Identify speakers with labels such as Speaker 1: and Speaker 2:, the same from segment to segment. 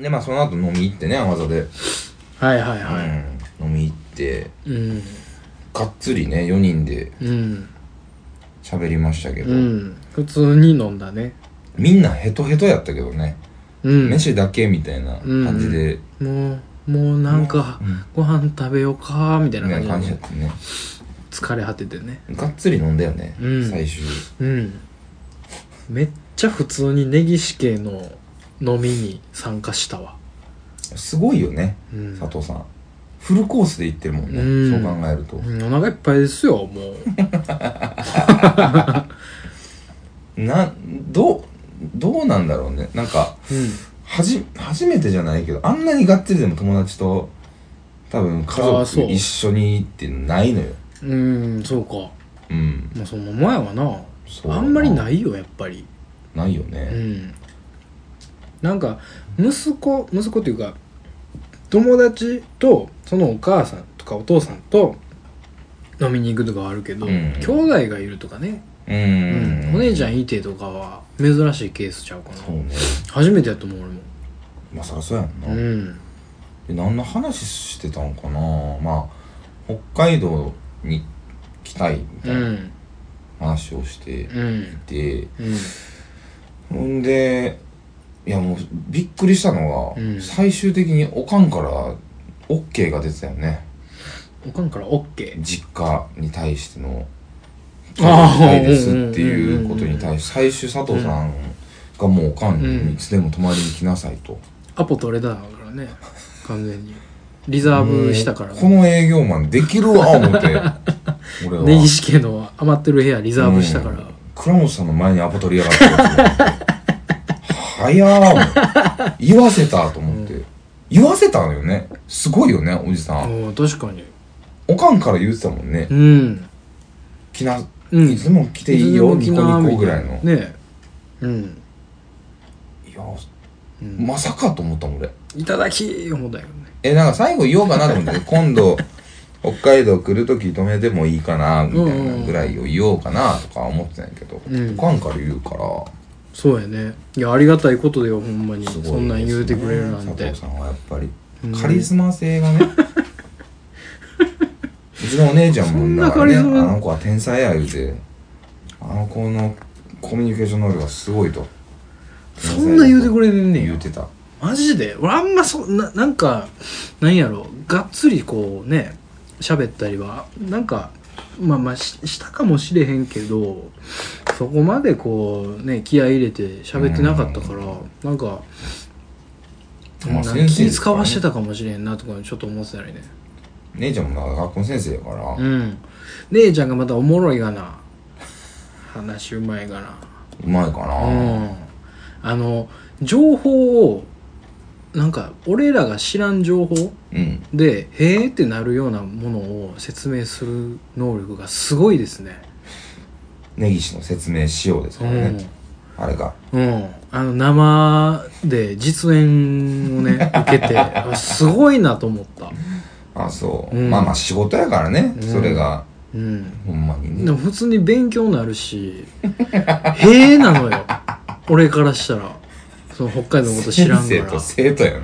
Speaker 1: でまあその後飲み行ってね技で、
Speaker 2: はいはいは
Speaker 1: うん、飲み行って
Speaker 2: い。うん。
Speaker 1: がっつりね4人で
Speaker 2: うん。
Speaker 1: 喋りましたけど、
Speaker 2: うん。普通に飲んだね。
Speaker 1: みんなヘトヘトやったけどね、
Speaker 2: うん。
Speaker 1: 飯だけみたいな感じで、
Speaker 2: もう、もうなんか
Speaker 1: うん、
Speaker 2: ご飯食べようか、みたい
Speaker 1: み
Speaker 2: な
Speaker 1: たいな
Speaker 2: 感
Speaker 1: 感
Speaker 2: じ
Speaker 1: じだ
Speaker 2: で
Speaker 1: っ。たね
Speaker 2: 疲れ果ててね。
Speaker 1: がっつり飲んだよね、
Speaker 2: うん
Speaker 1: 最終
Speaker 2: うん。めっちゃ普通に根岸系の飲みに参加したわ。
Speaker 1: すごいよね
Speaker 2: うん。
Speaker 1: 佐藤さんフルコースで行ってるもんね、
Speaker 2: うん
Speaker 1: そう考えると、
Speaker 2: うんお腹いっぱいですよ、も う。
Speaker 1: などうどうなんだろうねなんか
Speaker 2: うん。
Speaker 1: はじ初めてじゃないけどあんなにがっつりでも友達と多分家
Speaker 2: あー
Speaker 1: 族
Speaker 2: そう
Speaker 1: 一緒にってないのよ
Speaker 2: うーんそうか
Speaker 1: うん
Speaker 2: まあそのままやわな
Speaker 1: そう
Speaker 2: あんまり
Speaker 1: い
Speaker 2: ないよやっぱり
Speaker 1: ないよ
Speaker 2: う
Speaker 1: ね
Speaker 2: んなんか息子息子っていうか友達とそのお母さんとかお父さんと飲みに行くとかはあるけど、
Speaker 1: うん
Speaker 2: 兄弟がいるとかね、
Speaker 1: うん
Speaker 2: うんお姉ちゃんいてとかは珍しいケースちゃうかな
Speaker 1: そうね
Speaker 2: 初めてやと思う俺も
Speaker 1: まあそりゃそうやんな、
Speaker 2: うん
Speaker 1: で何の話してたんかなまあ北海道に来たいみた
Speaker 2: う
Speaker 1: いなん話をして
Speaker 2: うん
Speaker 1: て、
Speaker 2: うん
Speaker 1: ほんでいやもうびっくりしたのが、
Speaker 2: うん
Speaker 1: 最終的におかんから OK が出てたよね
Speaker 2: おかんから OK
Speaker 1: 実家に対しての「
Speaker 2: あー
Speaker 1: たいです」っていうことに対して最終佐藤さんがもうおかんにいつでも泊まりに来なさいと、
Speaker 2: アポ取れたからね完全にリザーブしたから
Speaker 1: もうこの営業マンできるわ思って俺は
Speaker 2: 根岸家の余ってる部屋リザーブしたから、
Speaker 1: うん倉本さんの前にアポ取りやがって早ー言わせたと思って、言わせたのよねすごいよねおじさん、
Speaker 2: おー確かに
Speaker 1: おかんから言ってたもんね、
Speaker 2: うん
Speaker 1: 来な
Speaker 2: うん
Speaker 1: いつも来ていいよ
Speaker 2: いつ
Speaker 1: ニ
Speaker 2: でも来
Speaker 1: コ
Speaker 2: な
Speaker 1: ニコぐらいの、
Speaker 2: ねえうん、
Speaker 1: いや
Speaker 2: うん
Speaker 1: まさかと思ったもん俺
Speaker 2: いただき思ったよね
Speaker 1: えなんか最後言おうかなと 思って今度北海道来る時止めてもいいかなみたいなぐらいを言おうかなとか思ってたんやけど、
Speaker 2: うん
Speaker 1: おかんから言うから
Speaker 2: そうやねいやありがたいことだよほんまに
Speaker 1: すごいですね
Speaker 2: そんなん言うてくれるなん
Speaker 1: 佐
Speaker 2: て
Speaker 1: 藤さんはやっぱり
Speaker 2: うん
Speaker 1: カリスマ性 がねうちのお姉ちゃんもなんかねあ
Speaker 2: そんなカリスマ
Speaker 1: の子は天才や言うてあの子のコミュニケーション能力がすごいと
Speaker 2: そんな言うてくれんねん
Speaker 1: 言
Speaker 2: よ
Speaker 1: うてた
Speaker 2: マジで俺あんまそななんかなんやろがっつりこうね喋ったりはなんかまあまあししたかもしれへんけどそこまでこうね気合い入れて喋ってなかったからなんか,、
Speaker 1: まあ
Speaker 2: なんか
Speaker 1: 先生
Speaker 2: 気
Speaker 1: ですか
Speaker 2: 使
Speaker 1: らね
Speaker 2: わしてたかもしれんなとかちょっと思ってたりね
Speaker 1: 姉ちゃんもなんか学校の先生やから、
Speaker 2: うん姉ちゃんがまたおもろいがな話うまいがな
Speaker 1: うまいかな、
Speaker 2: うん、あの情報をなんか俺らが知らん情報
Speaker 1: うん
Speaker 2: で「へえ」ってなるようなものを説明する能力がすごいですね。
Speaker 1: 根岸の説明しようですからね、あれが
Speaker 2: うん、うん、あの生で実演をね受けて あすごいなと思った。
Speaker 1: あそう、
Speaker 2: うん
Speaker 1: まあまあ仕事やからね、
Speaker 2: うん
Speaker 1: それが
Speaker 2: うん、
Speaker 1: ほんまに
Speaker 2: で
Speaker 1: ね
Speaker 2: も普通に勉強になるし「へえ」なのよ俺からしたらその北海道のこと知
Speaker 1: 先
Speaker 2: らんか
Speaker 1: 生
Speaker 2: ら
Speaker 1: と。生徒やん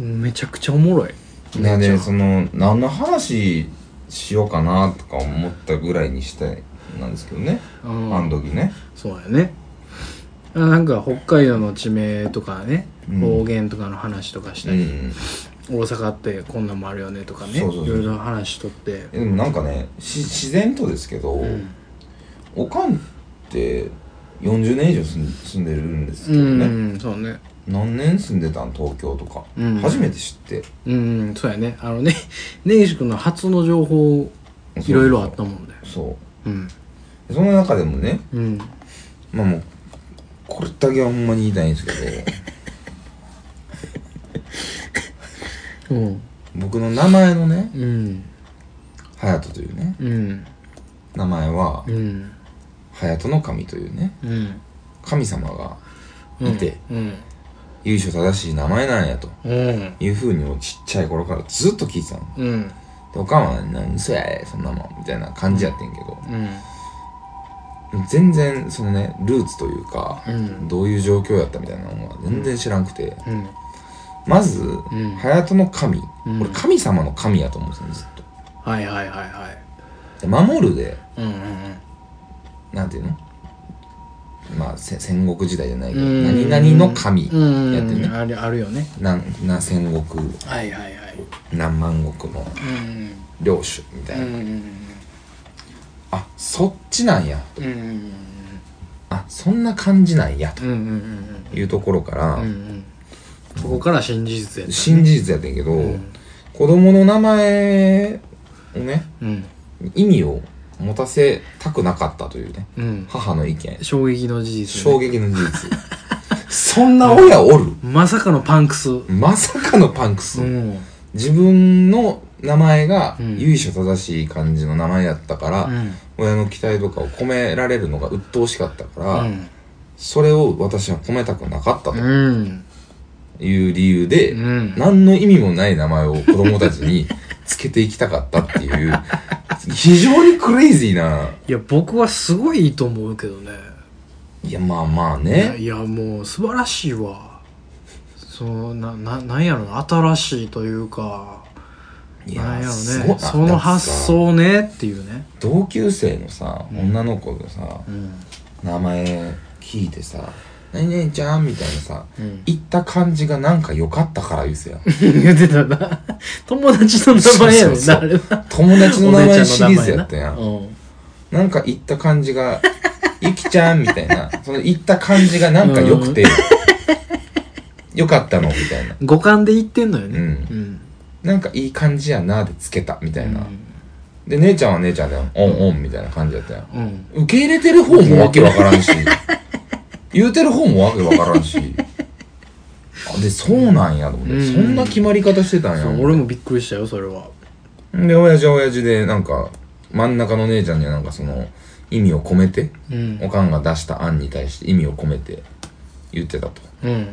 Speaker 2: うん、めちゃくちゃおもろい。
Speaker 1: ね
Speaker 2: め
Speaker 1: で
Speaker 2: っちゃ
Speaker 1: その何の話しようかなとか思ったぐらいにしたいなんですけどね、
Speaker 2: うん
Speaker 1: あの時ね
Speaker 2: そうやねあなんか北海道の地名とかね
Speaker 1: うん
Speaker 2: 方言とかの話とかし
Speaker 1: う
Speaker 2: たり、
Speaker 1: ん
Speaker 2: 大阪ってこんなんもあるよねとかねい
Speaker 1: そうそうそう
Speaker 2: ろいろ話しとって
Speaker 1: えでもなんかねし自然とですけど、
Speaker 2: うん、
Speaker 1: おかんって40年以上住ん住んでるんですけ
Speaker 2: う
Speaker 1: どね、
Speaker 2: ん、そうね
Speaker 1: 何年住んでたん東京とか、
Speaker 2: うん
Speaker 1: 初めて知って
Speaker 2: うんそうやねあのね 根岸君の初の情報いろいろあったもんだよ
Speaker 1: そう
Speaker 2: うん
Speaker 1: でその中でもね
Speaker 2: うん
Speaker 1: まあもうこれだけはほんまに言いたいんですけ ど
Speaker 2: うん
Speaker 1: 僕の名前のね
Speaker 2: うん
Speaker 1: 隼人というね
Speaker 2: うん
Speaker 1: 名前は
Speaker 2: うん
Speaker 1: 隼人の神というね
Speaker 2: うん
Speaker 1: 神様が
Speaker 2: うん
Speaker 1: 見て
Speaker 2: うん
Speaker 1: 由緒正しい名前なんやと
Speaker 2: うん
Speaker 1: いうふうにもうちっちゃい頃からずっと聞いてたの
Speaker 2: うん
Speaker 1: でおかんは「何そやそんなもん」みたいな感じやってんけど、
Speaker 2: うん
Speaker 1: 全然そのねルーツというか、
Speaker 2: うん
Speaker 1: どういう状況やったみたいなのは全然知らんくて、
Speaker 2: うん
Speaker 1: まず、
Speaker 2: ん
Speaker 1: 隼人の神、
Speaker 2: うん
Speaker 1: これ神様の神やと思うんですよずっと
Speaker 2: はいはいはいはい
Speaker 1: で守るで
Speaker 2: うんうん
Speaker 1: なんていうのまあせ戦国時代じゃないけ
Speaker 2: う
Speaker 1: ど
Speaker 2: ん
Speaker 1: 何々の神やって
Speaker 2: う
Speaker 1: る
Speaker 2: ん
Speaker 1: ね
Speaker 2: あるあるよね
Speaker 1: なんな戦国
Speaker 2: はいはいはい
Speaker 1: 何万石の
Speaker 2: うん
Speaker 1: 領主みた
Speaker 2: う
Speaker 1: い
Speaker 2: ん
Speaker 1: な、
Speaker 2: うん
Speaker 1: あそっちなんや
Speaker 2: うんうん
Speaker 1: あそんな感じなんや
Speaker 2: うんうんうん
Speaker 1: というところから、
Speaker 2: うんうんそこから新事実やった
Speaker 1: 新事実やったんやけど、
Speaker 2: うん
Speaker 1: 子供の名前をね
Speaker 2: うん
Speaker 1: 意味を持たせたくなかったというね
Speaker 2: うん
Speaker 1: 母の意見
Speaker 2: 衝撃の事実ね
Speaker 1: 衝撃の事 実そんな親おる
Speaker 2: まさかのパンクスう
Speaker 1: まさかのパンクス、
Speaker 2: ん
Speaker 1: 自分の名前が
Speaker 2: うん
Speaker 1: 由緒正しい感じの名前やったから、
Speaker 2: うん
Speaker 1: 親の期待とかを込められるのが鬱陶しかったから、
Speaker 2: うん
Speaker 1: それを私は込めたくなかったと
Speaker 2: うん
Speaker 1: いう理由で、
Speaker 2: うん
Speaker 1: 何の意味もない名前を子供たち につけていきたかったっていう非常にクレイジーない
Speaker 2: や僕はすごいいいと思うけどね
Speaker 1: いやまあまあ
Speaker 2: いや
Speaker 1: ね
Speaker 2: いやもう素晴らしいわそうなななんやろな新しいというか
Speaker 1: い
Speaker 2: なんやろ
Speaker 1: す
Speaker 2: ね
Speaker 1: ごい
Speaker 2: その発想ねっていうね
Speaker 1: だってさ同級生のさ
Speaker 2: うん
Speaker 1: 女の子がさ、
Speaker 2: うん
Speaker 1: 名前聞いてさ「何々ちゃん」みたいなさ
Speaker 2: うん、
Speaker 1: 言った感じがなんか良かったから言うせ や
Speaker 2: 言ってたな友達の名前やねん
Speaker 1: そうそうそ
Speaker 2: な
Speaker 1: う
Speaker 2: あれは
Speaker 1: 友達の
Speaker 2: お
Speaker 1: 名
Speaker 2: 姉ちゃんの名前
Speaker 1: 前シリーズやったや
Speaker 2: なんうん
Speaker 1: なんか言った感じが「ゆきちゃん」みたい なその言った感じがなんか良くて良かったのみたいな
Speaker 2: 五感で言ってんのよ
Speaker 1: う
Speaker 2: ね
Speaker 1: ん
Speaker 2: うん
Speaker 1: なんかいい感じやなでつけたみた
Speaker 2: う
Speaker 1: いな、
Speaker 2: ん
Speaker 1: で姉ちゃんは姉ちゃんだよオンオンみたいな感じやったやん
Speaker 2: うん
Speaker 1: 受け入れてる方もわけわからんし言うてる方もわけわからんしあでそうなんやと思って、
Speaker 2: うん
Speaker 1: そんな決まり方してたんや
Speaker 2: そう俺もびっくりしたよそれは
Speaker 1: で親父は親父でなんか真ん中の姉ちゃんにはなんかその意味を込めて
Speaker 2: うん
Speaker 1: おかんが出した案に対して意味を込めて言ってたと
Speaker 2: うん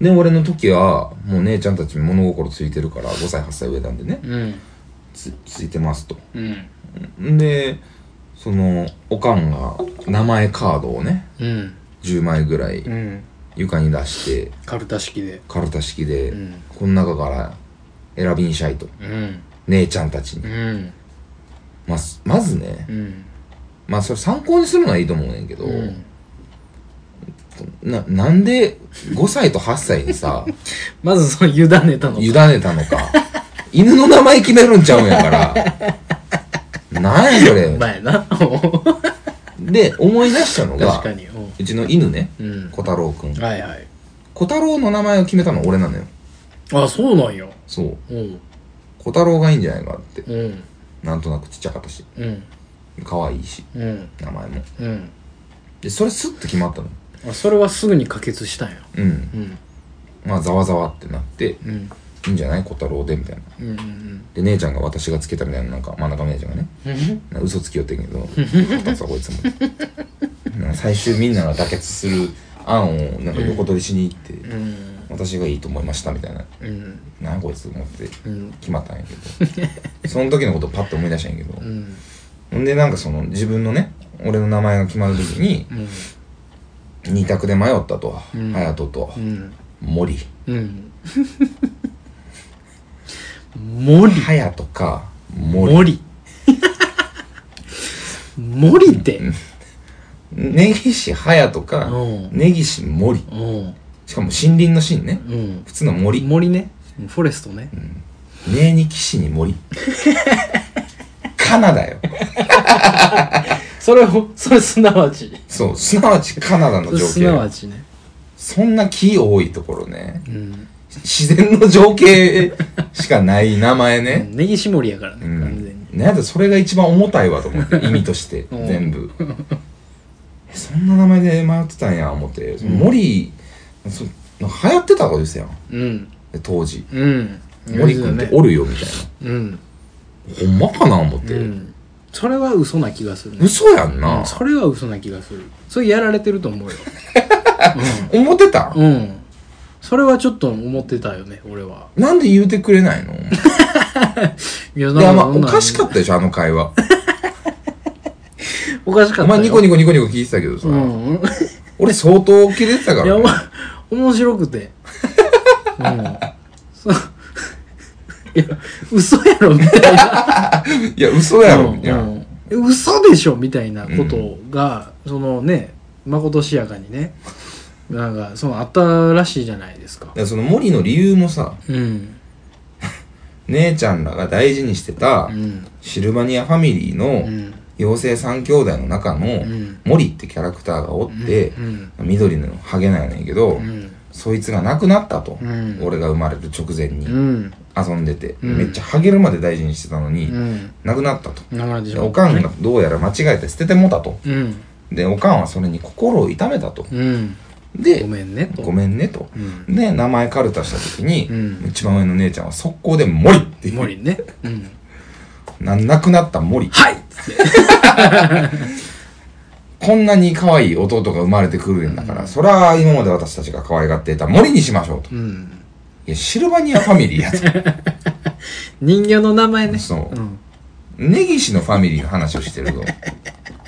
Speaker 1: で俺の時はもう姉ちゃんたち物心ついてるから5歳8歳上なんでね
Speaker 2: うん
Speaker 1: つついてますと
Speaker 2: うん
Speaker 1: でそのおかんが名前カードをね
Speaker 2: うん
Speaker 1: 10枚ぐらい
Speaker 2: うん
Speaker 1: 床に出して
Speaker 2: カルタ式で
Speaker 1: カルタ式で、
Speaker 2: うん
Speaker 1: この中から選びにしゃいと
Speaker 2: うん
Speaker 1: 姉ちゃんたち
Speaker 2: う
Speaker 1: に、
Speaker 2: ん
Speaker 1: まあすまずね
Speaker 2: うん
Speaker 1: まあそれ参考にするのはいいと思うねんけど、
Speaker 2: うん
Speaker 1: ななんで5歳と8歳にさ
Speaker 2: まずその委ねたの
Speaker 1: 委ねたのか犬の名前決めるんちゃうんやからなんやそれ
Speaker 2: 前 な
Speaker 1: で思い出したの
Speaker 2: 確
Speaker 1: が
Speaker 2: かにうん
Speaker 1: うちの犬ね
Speaker 2: うん
Speaker 1: 小太郎くん
Speaker 2: はいはい
Speaker 1: 小太郎の名前を決めたの俺なのよ
Speaker 2: あそうなんや
Speaker 1: そう
Speaker 2: うん
Speaker 1: 小太郎がいいんじゃないかって
Speaker 2: うん
Speaker 1: なんとなくちっちゃかったし
Speaker 2: うん
Speaker 1: 可愛いし
Speaker 2: うん
Speaker 1: 名前も
Speaker 2: うん
Speaker 1: でそれスッと決まったの
Speaker 2: あそれはすぐに可決したんや
Speaker 1: うん
Speaker 2: うん
Speaker 1: まあざわざわってなって
Speaker 2: うん
Speaker 1: いいんじゃない小太郎でみたいな
Speaker 2: うんうん
Speaker 1: で姉ちゃんが私がつけたみたいななんか真ん中の姉ちゃんがね
Speaker 2: うん
Speaker 1: なんか嘘つきよってんけど腹立つわこいつも なんか最終みんなが妥結する案をなんか横取りしに行って、
Speaker 2: うん
Speaker 1: 私がいいと思いましたみたいな
Speaker 2: うん
Speaker 1: なんやこいつ思って
Speaker 2: うん
Speaker 1: 決まったんやけ どその時のことパッと思い出したんやけど
Speaker 2: う、ん
Speaker 1: ほんでなんかその自分のね俺の名前が決まる時に
Speaker 2: うん
Speaker 1: 二択で迷ったと
Speaker 2: うん
Speaker 1: 隼人、と
Speaker 2: うん
Speaker 1: 森
Speaker 2: うん森
Speaker 1: 隼人か森
Speaker 2: 森森って
Speaker 1: 根岸隼人か
Speaker 2: うん
Speaker 1: 根岸森
Speaker 2: うん
Speaker 1: しかも森林の森ね
Speaker 2: うん
Speaker 1: 普通の森
Speaker 2: 森ねフォレストね
Speaker 1: 根に岸に森カナダよ
Speaker 2: それをそれすなわち
Speaker 1: そうすなわちカナダの情
Speaker 2: すなわ
Speaker 1: 景
Speaker 2: ちね
Speaker 1: そんな木多いところね
Speaker 2: うん
Speaker 1: 自然の情景しかない名前ね、
Speaker 2: 根岸森やからね
Speaker 1: う
Speaker 2: 完全に
Speaker 1: ん、なんだそれが一番重たいわと思って意味として
Speaker 2: うん
Speaker 1: 全部えそんな名前で迷ってたんや思ってその森、そ流行ってたわですやん
Speaker 2: うん
Speaker 1: で当時
Speaker 2: うん
Speaker 1: 森君っておるよみたい
Speaker 2: うん
Speaker 1: な、ほんまかな思って、
Speaker 2: うんそれは嘘な気がするね
Speaker 1: 嘘やんな、
Speaker 2: うんそれは嘘な気がするそれやられてると 思うよ
Speaker 1: 思ってた、
Speaker 2: うん、うん、それはちょっと思ってたよね俺は
Speaker 1: なんで言うてくれないのい
Speaker 2: いや
Speaker 1: や、まあ、おかし
Speaker 2: っ
Speaker 1: かったでしょ、あの会話。
Speaker 2: おかしかったよ
Speaker 1: お前ニコニコニコニコ聞いてたけどさ、
Speaker 2: うん
Speaker 1: 俺相当キレてたか
Speaker 2: いや
Speaker 1: ら、
Speaker 2: お
Speaker 1: ね、
Speaker 2: 前面白くてうんそういや嘘やろみたいない
Speaker 1: や嘘やろみたいな、
Speaker 2: うんうん嘘でしょみたいなことが、そのねまことしやかにねなんかそのあったらしいじゃないですか
Speaker 1: だからその森の理由もさ
Speaker 2: うん
Speaker 1: 姉ちゃんらが大事にして
Speaker 2: う
Speaker 1: た
Speaker 2: ん
Speaker 1: シルバニアファミリー
Speaker 2: う
Speaker 1: の
Speaker 2: ん
Speaker 1: 妖精3兄弟の中の
Speaker 2: ん
Speaker 1: 森ってキャラクターがおって
Speaker 2: う、ん
Speaker 1: 緑のハゲなんやねんけど、
Speaker 2: うん
Speaker 1: そいつが亡くなったと、
Speaker 2: うん
Speaker 1: 俺が生まれる直前に
Speaker 2: うん
Speaker 1: 遊んでて、
Speaker 2: うん
Speaker 1: めっちゃハゲるまで大事にしてたのに、
Speaker 2: うん
Speaker 1: 亡くなったと。
Speaker 2: 流れてし
Speaker 1: で
Speaker 2: まう
Speaker 1: おかんがどうやら間違えて捨ててもたと。
Speaker 2: うん
Speaker 1: で、おかんはそれに心を痛めたと。
Speaker 2: うん
Speaker 1: で
Speaker 2: ご、めんねと
Speaker 1: ごめんねと。
Speaker 2: うん
Speaker 1: で、名前カルタした時に、
Speaker 2: うん
Speaker 1: 一番上の姉ちゃんは速攻で森って言う。
Speaker 2: 森ねうん
Speaker 1: な、亡くなった森。
Speaker 2: はい
Speaker 1: こんなに可愛い弟が生まれてくるんだから、そら今まで私たちが可愛がっていた森にしましょうと。い
Speaker 2: うん
Speaker 1: や、シルバニアファミリーやつ。
Speaker 2: 人形の名前 ね
Speaker 1: そう
Speaker 2: うん
Speaker 1: 根岸のファミリーの話をしてるぞ。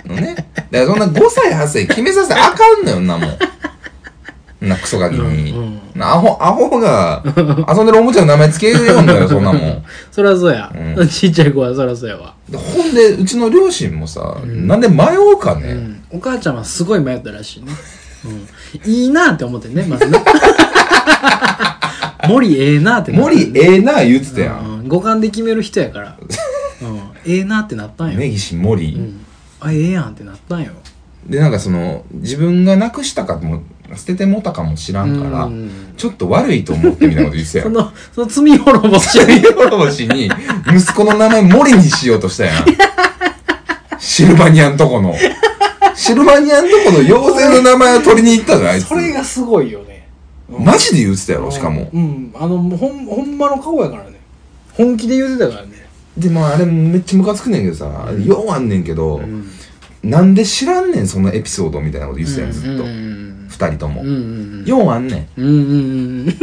Speaker 1: のね。だからそんな5歳、8歳決めさせてあかんのよ、んなもん。んなクソガキに。
Speaker 2: うん
Speaker 1: なアホ、アホが遊んでるおもちゃの名前つけようんだよ、そんなもん。
Speaker 2: そらそうや
Speaker 1: う
Speaker 2: ちっちゃい子はそらそうやわ
Speaker 1: でほんで、うちの両親もさ、なんで迷うか
Speaker 2: う
Speaker 1: ね。
Speaker 2: んお母ちゃんはすごい迷ったらしいねうんいいなって思ってね まずね森ええなってなった
Speaker 1: 森ええな言ってたやん。
Speaker 2: うん五感で決める人やからうんええなってなったんよ
Speaker 1: 根岸森、
Speaker 2: うんあええやんってなったんよ
Speaker 1: で、なんかその、自分がなくしたかも、捨ててもたかもしらんから、
Speaker 2: うん
Speaker 1: ちょっと悪いと思ってみたいなこと言ってたや
Speaker 2: そ
Speaker 1: ん。
Speaker 2: のその罪滅ぼし
Speaker 1: ジャニーロしに、息子の名前森にしようとしたやん。シルバニアんとこの。シルバニアんとこの妖精の名前を取りに行ったじゃん、あいつ。
Speaker 2: それがすごいよね
Speaker 1: マジで言ってたやろ、しかも。
Speaker 2: うんあのもうほんほんまの顔やからね本気で言うてたからね
Speaker 1: で、まああれめっちゃムカつくねんけどさ、ようあんねんけど、なんで知らんねん、そのエピソードみたいなこと言ってたやん、ずっと
Speaker 2: う。ん
Speaker 1: 二人とも
Speaker 2: うん。うん
Speaker 1: ようあんねん。
Speaker 2: うんうん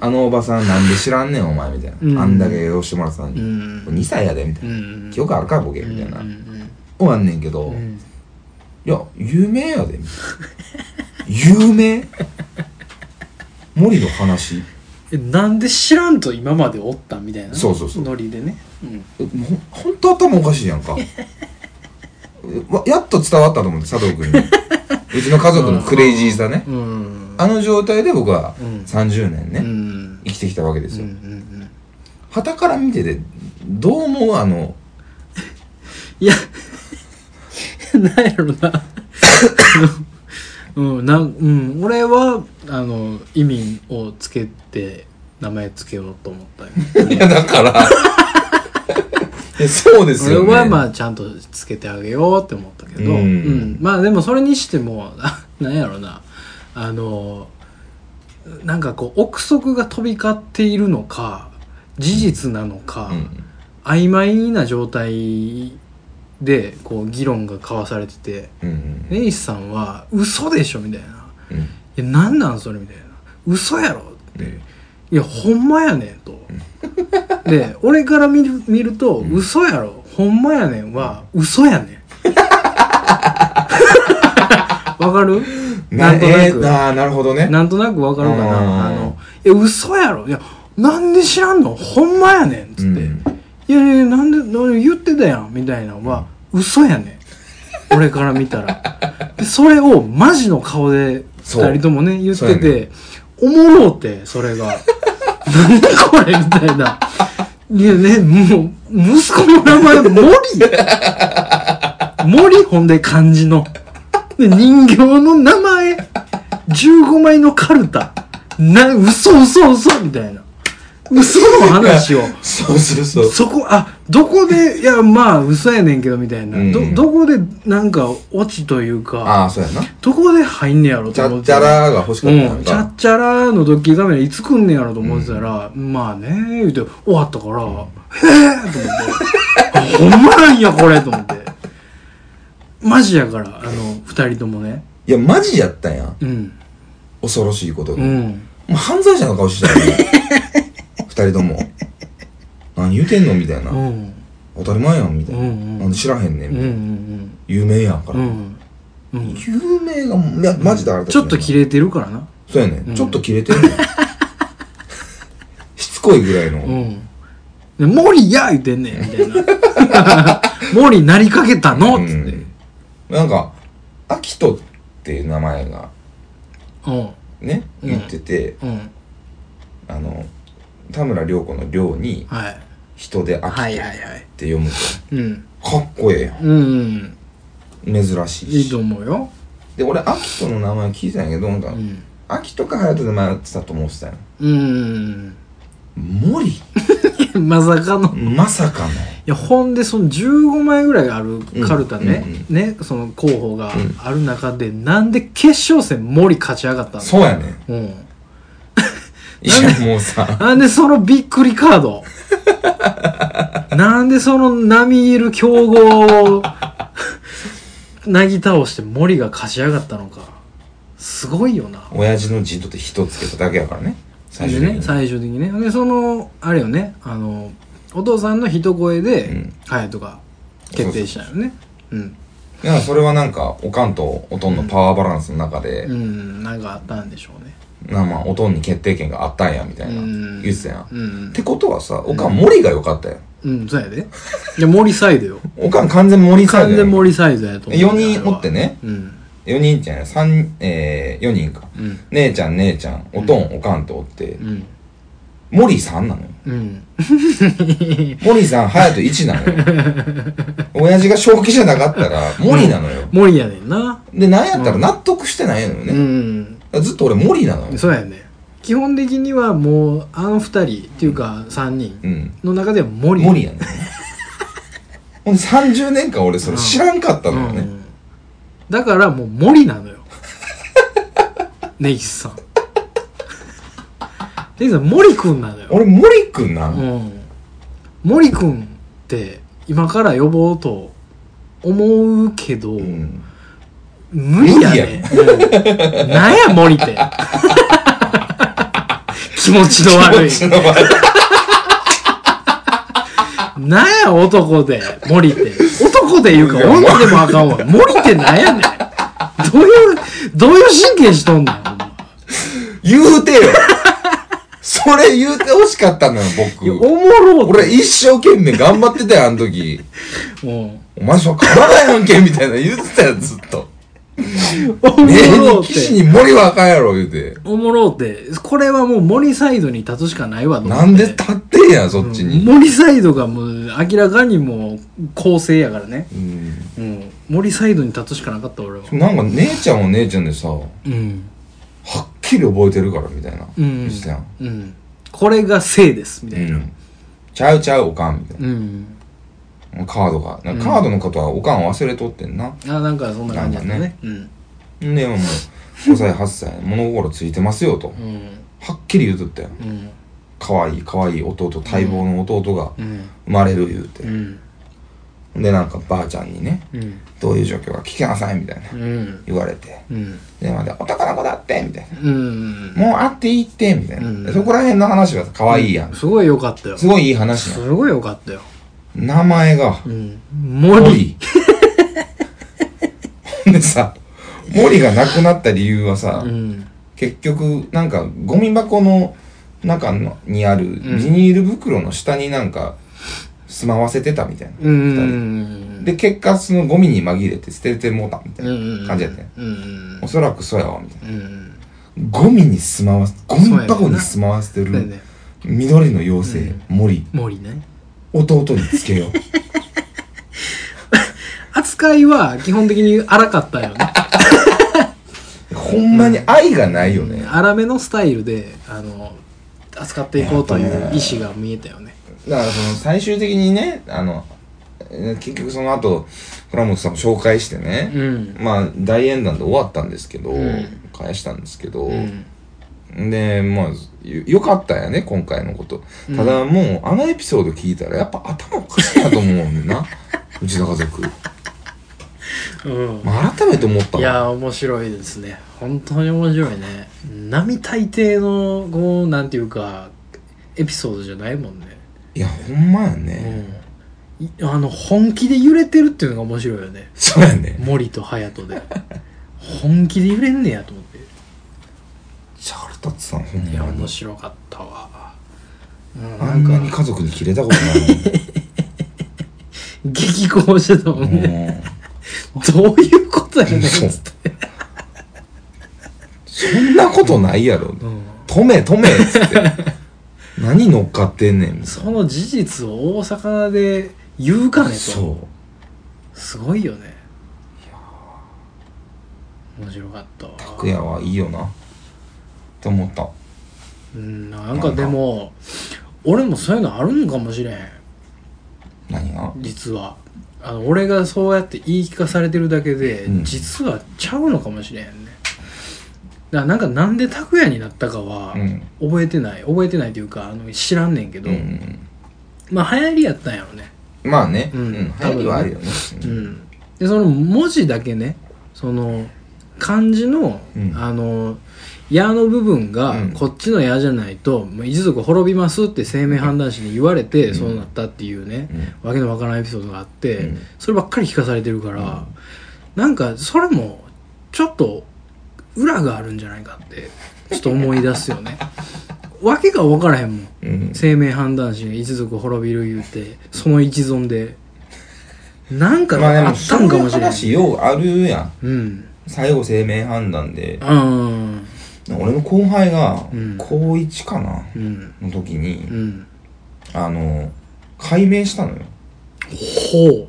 Speaker 1: あのおばさんなんで知らんねん、お前、みたい
Speaker 2: うん
Speaker 1: な。あんだけ用してもらってたの
Speaker 2: うんう
Speaker 1: に。
Speaker 2: ん
Speaker 1: 2歳やで、みた
Speaker 2: う
Speaker 1: いな。
Speaker 2: ん
Speaker 1: 記憶あるか、ボケ、みたい
Speaker 2: うん
Speaker 1: な
Speaker 2: う。ん
Speaker 1: 終わんねんけど、
Speaker 2: うん
Speaker 1: いや、有名やで。有名森の話
Speaker 2: えなんで知らんと今までおったんみたいな
Speaker 1: そうそうそう
Speaker 2: ノリでねうん
Speaker 1: えもうほほんと頭おかしいやんか。えわやっと伝わったと思って、佐藤君に。うちの家族のクレイジーさね。
Speaker 2: うん
Speaker 1: あの状態で僕は
Speaker 2: うん
Speaker 1: 30年ね、
Speaker 2: うん
Speaker 1: 生きてきたわけです
Speaker 2: うんう
Speaker 1: よ。
Speaker 2: ん
Speaker 1: 傍から見てて、どう思うあの、
Speaker 2: いやなんやろなうんなんうん俺はあの意味をつけて名前つけようと思ったよ
Speaker 1: いやだから、いやそうです
Speaker 2: 俺
Speaker 1: よね。
Speaker 2: はまあちゃんとつけてあげようって思ったけど、
Speaker 1: うん
Speaker 2: うんまあでもそれにしても あなんやろなあのなんかこう憶測が飛び交っているのか事実なのか、
Speaker 1: うん
Speaker 2: 曖昧な状態でこう議論が交わされてて
Speaker 1: うん
Speaker 2: 根岸さんは「嘘でしょ」みたいな
Speaker 1: うんうん
Speaker 2: 「いや何なんそれ」みたいな「嘘やろ」
Speaker 1: うん
Speaker 2: いやほんまやねんとで俺から見る見ると、嘘やろほんまやねんは嘘やね んわかる
Speaker 1: な
Speaker 2: なんとな
Speaker 1: え
Speaker 2: く、
Speaker 1: ーあーなるほどね。
Speaker 2: なんとなくわかるかなあ
Speaker 1: うん
Speaker 2: の「いや嘘やろいやなんで知らんのほんまやねん」っつって「
Speaker 1: うん
Speaker 2: いやいやなんでなんで言ってたやん」みたいなのは嘘やねん俺から見たらでそれをマジの顔で
Speaker 1: そう
Speaker 2: 2人ともね言っ
Speaker 1: そう
Speaker 2: て
Speaker 1: やね
Speaker 2: て、おもろうてそれがなんだこれみたいないやねもう息子の名前森森ほんで漢字ので人形の名前15枚のカルタな嘘嘘嘘みたいな嘘の話を
Speaker 1: そうそうそう。
Speaker 2: そこあど こでいやまあ嘘やねんけどみたいな、
Speaker 1: うん
Speaker 2: どどこでなんかオチというか
Speaker 1: ああ、そうやな。
Speaker 2: どこで入んねやろ
Speaker 1: チ
Speaker 2: と思
Speaker 1: ャッ
Speaker 2: って
Speaker 1: チャラが欲しか
Speaker 2: う
Speaker 1: った
Speaker 2: ん
Speaker 1: やん
Speaker 2: チャ
Speaker 1: か
Speaker 2: ッチャラのドッキリカメラいつ来んねやろと思ってたら、まあね言うて終わったから、へえと思ってあほんまなんやこれと思ってマジやからあの二人ともね
Speaker 1: いや、マジやったやん。
Speaker 2: うん
Speaker 1: 恐ろしいこと
Speaker 2: う
Speaker 1: が。も
Speaker 2: ん
Speaker 1: う犯罪者の顔してたよね。 二人とも。何言うてんのみたいな
Speaker 2: う。ん
Speaker 1: 当たり前やん、みたいうな。
Speaker 2: んうん
Speaker 1: なんで知らへんねん、
Speaker 2: うん
Speaker 1: み
Speaker 2: う
Speaker 1: たいな。
Speaker 2: ん
Speaker 1: 有名やんから、
Speaker 2: うん、うん、
Speaker 1: 有名がもういやマジであれだ
Speaker 2: ちょっと切
Speaker 1: れ
Speaker 2: れてるからな
Speaker 1: そうやね、
Speaker 2: うん
Speaker 1: ちょっと切れてん ねんしつこいぐらいの、
Speaker 2: うんで「モリや!」言うてんねんみたいな 「モリなりかけたの?」っつって
Speaker 1: うんなんか「アキト」っていう名前が
Speaker 2: うん
Speaker 1: ね
Speaker 2: うん
Speaker 1: 言ってて、
Speaker 2: うん
Speaker 1: あの田村涼子の「涼」に
Speaker 2: はい
Speaker 1: 「人でアキト」
Speaker 2: は
Speaker 1: っ
Speaker 2: いはいはい
Speaker 1: て読む
Speaker 2: うん
Speaker 1: とかっこええやん
Speaker 2: うんうん
Speaker 1: 珍し
Speaker 2: い
Speaker 1: い
Speaker 2: いと
Speaker 1: し
Speaker 2: 思うよ
Speaker 1: で俺アキトの名前聞いてたんやけどなん
Speaker 2: う
Speaker 1: か
Speaker 2: ん
Speaker 1: アキトか隼人で迷ってたと思ってたよ
Speaker 2: うん
Speaker 1: 森
Speaker 2: まさかの
Speaker 1: まさかの
Speaker 2: いやほんでその15枚ぐらいあるカルタね、
Speaker 1: うん
Speaker 2: ねその候補が
Speaker 1: うん
Speaker 2: ある中で、なんで決勝戦森勝ち上がったの
Speaker 1: そうやね
Speaker 2: う、ん、
Speaker 1: いやもうさ
Speaker 2: なんでそのびっくりカー ドなんでその並みいる強豪をなぎ倒して森が勝ち上がったのかすごいよな
Speaker 1: 親父の人とって人つけただけやからね最初
Speaker 2: でね最終的にねでそのあれよねあのお父さんの一声
Speaker 1: う
Speaker 2: で
Speaker 1: ん
Speaker 2: 隼人が決定したよねうん
Speaker 1: いやそれはなんかおかんとおとんのパワーバランスの中で、
Speaker 2: うんなんかあったんでしょうね
Speaker 1: なまあおとんに決定権があったんやみたいな
Speaker 2: うん
Speaker 1: 言ってたやん、
Speaker 2: う
Speaker 1: っ
Speaker 2: ん
Speaker 1: てことはさおかん森が良かったやん
Speaker 2: うんそうやでいや森サイドよ
Speaker 1: おかん完全森サイ
Speaker 2: 完
Speaker 1: ドや
Speaker 2: 全
Speaker 1: ん
Speaker 2: 森サイドやと思う
Speaker 1: 4人おってね
Speaker 2: うん
Speaker 1: 4人じゃない3えー、4人か
Speaker 2: うん
Speaker 1: 姉ちゃん姉ちゃんおとん、おかんとおって、
Speaker 2: うん
Speaker 1: 森3なのよ
Speaker 2: うん
Speaker 1: 森さん隼人1なのよ親父が正気じゃなかったら森なのよ、
Speaker 2: 森やねんな
Speaker 1: でなんやったら納得してないのよ
Speaker 2: う
Speaker 1: ね、
Speaker 2: ん
Speaker 1: ずっと俺森なのよ
Speaker 2: そうやね基本的にはもうあの二人っていうか三人
Speaker 1: うん
Speaker 2: の中では森
Speaker 1: 森やねんほんで30年間俺それ知らんかったのよね、
Speaker 2: うんだからもう森なのよ 根岸さん根岸さん森くんなのよ、
Speaker 1: 俺森くんな
Speaker 2: う
Speaker 1: の、
Speaker 2: ん、森くんって今から呼ぼうと思うけど、
Speaker 1: うん
Speaker 2: 無理やねうんなんや森って 気持ちの悪い
Speaker 1: 気持ちの悪い
Speaker 2: なんや男で森って男で言うか
Speaker 1: いや
Speaker 2: 女でもあかんわ森ってなんやねんどういうどういう神経しとんねんほんま
Speaker 1: 言うてよそれ言うてほしかったのよ
Speaker 2: いやお
Speaker 1: 僕
Speaker 2: もろう
Speaker 1: 俺一生懸命頑張ってたよあの時
Speaker 2: うん
Speaker 1: お前それ体やんけみたいな言ってたよずっと
Speaker 2: おもろ
Speaker 1: ね
Speaker 2: う
Speaker 1: え
Speaker 2: っ
Speaker 1: 岸
Speaker 2: て
Speaker 1: に森はあかんやろ言うて
Speaker 2: おもろうってこれはもう森サイドに立つしかないわと思って
Speaker 1: なんで立ってんやそっちに、
Speaker 2: 森サイドがもう明らかにもう構成やからね
Speaker 1: うん
Speaker 2: うん森サイドに立つしかなかった俺は
Speaker 1: なんか姉ちゃんは姉ちゃんでさは
Speaker 2: うん
Speaker 1: っきり覚えてるからみたいな、
Speaker 2: うん
Speaker 1: 言ってたやん、
Speaker 2: うんこれが性ですみたいな
Speaker 1: うんちゃうちゃうおかんみたい
Speaker 2: うん
Speaker 1: なカードがなんかカードのことはおかん忘れとってんな、
Speaker 2: あなんかそんな感じだった
Speaker 1: なん
Speaker 2: ねうん
Speaker 1: ん、でもう5歳8歳 物心ついてますよと
Speaker 2: うん
Speaker 1: はっきり言うとったよ
Speaker 2: うん
Speaker 1: 可愛い可愛い弟待望の弟が
Speaker 2: うん
Speaker 1: 生まれる言うて
Speaker 2: う、ん
Speaker 1: でなんかばあちゃんにね
Speaker 2: うん
Speaker 1: どういう状況か聞きなさいみたいな
Speaker 2: うん
Speaker 1: 言われて
Speaker 2: うん
Speaker 1: でまで「お宝子だって」みたいな
Speaker 2: うん
Speaker 1: 「もう会っていいって」みたいな、
Speaker 2: うん
Speaker 1: でそこら辺の話が可愛いやん、
Speaker 2: すごい良かったよ
Speaker 1: すごいいい話なの
Speaker 2: すごい良かったよ
Speaker 1: 名前が
Speaker 2: うん森
Speaker 1: 森 ほんでさ森が亡くなった理由はさ、
Speaker 2: うん
Speaker 1: 結局なんかゴミ箱の中のにあるビニール袋の下になんか住まわせてたみたいな、
Speaker 2: うんうんう
Speaker 1: 二人
Speaker 2: ん
Speaker 1: で結果そのゴミに紛れて捨ててもうたみたいな、
Speaker 2: うん
Speaker 1: 感じやったよ
Speaker 2: うんうん
Speaker 1: おそらくそうやわみたいな
Speaker 2: うん
Speaker 1: ゴミに住まわせゴミ箱に住まわせて
Speaker 2: そうや
Speaker 1: る
Speaker 2: ね
Speaker 1: 緑の妖精、森
Speaker 2: 森ね
Speaker 1: 弟につけよう
Speaker 2: 扱いは基本的に荒かったよね
Speaker 1: ほんまに愛がないよね、
Speaker 2: 荒めのスタイルであの扱っていこうとい
Speaker 1: やっぱ
Speaker 2: う
Speaker 1: ね
Speaker 2: 意思が見えたよね
Speaker 1: だからその最終的にねあのえー結局その後倉本さんも紹介してね、
Speaker 2: うん
Speaker 1: まあ大演談で終わったんですけど、
Speaker 2: うん
Speaker 1: 返したんですけど、
Speaker 2: うん
Speaker 1: でまあよよかったんやね今回のこと
Speaker 2: うん
Speaker 1: ただもう、あのエピソード聞いたらやっぱ頭おかしいなと思うん だなうちの家族、
Speaker 2: うん
Speaker 1: まあ、改めて思った
Speaker 2: い
Speaker 1: わ
Speaker 2: やー面白いですね本当に面白いね並大抵のこうなんていうかエピソードじゃないもんね、
Speaker 1: いやほんまや
Speaker 2: う
Speaker 1: ね、
Speaker 2: ん、いあの本気で揺れてるっていうのが面白いよね
Speaker 1: そうやね
Speaker 2: 森と隼人で本気で揺れんねやと思って
Speaker 1: シャルタツさんほんま
Speaker 2: いや面
Speaker 1: に
Speaker 2: 白かったわ、うん、
Speaker 1: あ
Speaker 2: なんん
Speaker 1: な
Speaker 2: か
Speaker 1: に家族に切れたことない
Speaker 2: 激高してたもんね、
Speaker 1: もん
Speaker 2: どういうことやねん
Speaker 1: 嘘
Speaker 2: つって、
Speaker 1: そんなことないやろ
Speaker 2: うん、
Speaker 1: 止め止めっつって何乗っかってんねんみたい
Speaker 2: その事実を大阪で言うかね
Speaker 1: な
Speaker 2: と
Speaker 1: そう
Speaker 2: すごいよね面白かったわ
Speaker 1: 拓哉はいいよなって思った
Speaker 2: うんなんかでも俺もそういうのあるんかもしれん
Speaker 1: 何が
Speaker 2: 実はあの俺がそうやって言い聞かされてるだけで、
Speaker 1: うん
Speaker 2: 実はちゃうのかもしれへんねだからなんかなんで拓哉になったかは
Speaker 1: うん
Speaker 2: 覚えてない、覚えてないというかあの知らんねんけど、
Speaker 1: うん
Speaker 2: まあ流行りやったんやろね
Speaker 1: まあね、
Speaker 2: う
Speaker 1: うんん、流行りはあるよね。
Speaker 2: うんでその文字だけねその漢字の、
Speaker 1: うん
Speaker 2: あの「矢」の部分が
Speaker 1: うん
Speaker 2: こっちの「矢」じゃないと、もう一族滅びますって生命判断士に言われて
Speaker 1: うん
Speaker 2: そうなったっていうね、
Speaker 1: うん
Speaker 2: わけのわからんエピソードがあって、
Speaker 1: うん
Speaker 2: そればっかり聞かされてるから、なんかそれもちょっと裏があるんじゃないかってちょっと思い出すよ ねわけが分からへんもん
Speaker 1: うん
Speaker 2: 生命判断士が一族滅びる言うてその一存でなんか
Speaker 1: まあで
Speaker 2: あ
Speaker 1: も、
Speaker 2: った
Speaker 1: そ
Speaker 2: ん
Speaker 1: う
Speaker 2: か
Speaker 1: い
Speaker 2: も
Speaker 1: う
Speaker 2: しれない、
Speaker 1: 話ようあるやん。
Speaker 2: うん
Speaker 1: 最後生命判断で、
Speaker 2: うん
Speaker 1: 俺の後輩が
Speaker 2: うん、
Speaker 1: 高1かな
Speaker 2: うん
Speaker 1: の時
Speaker 2: う
Speaker 1: に、
Speaker 2: ん
Speaker 1: あの、解明したのよ。
Speaker 2: ほ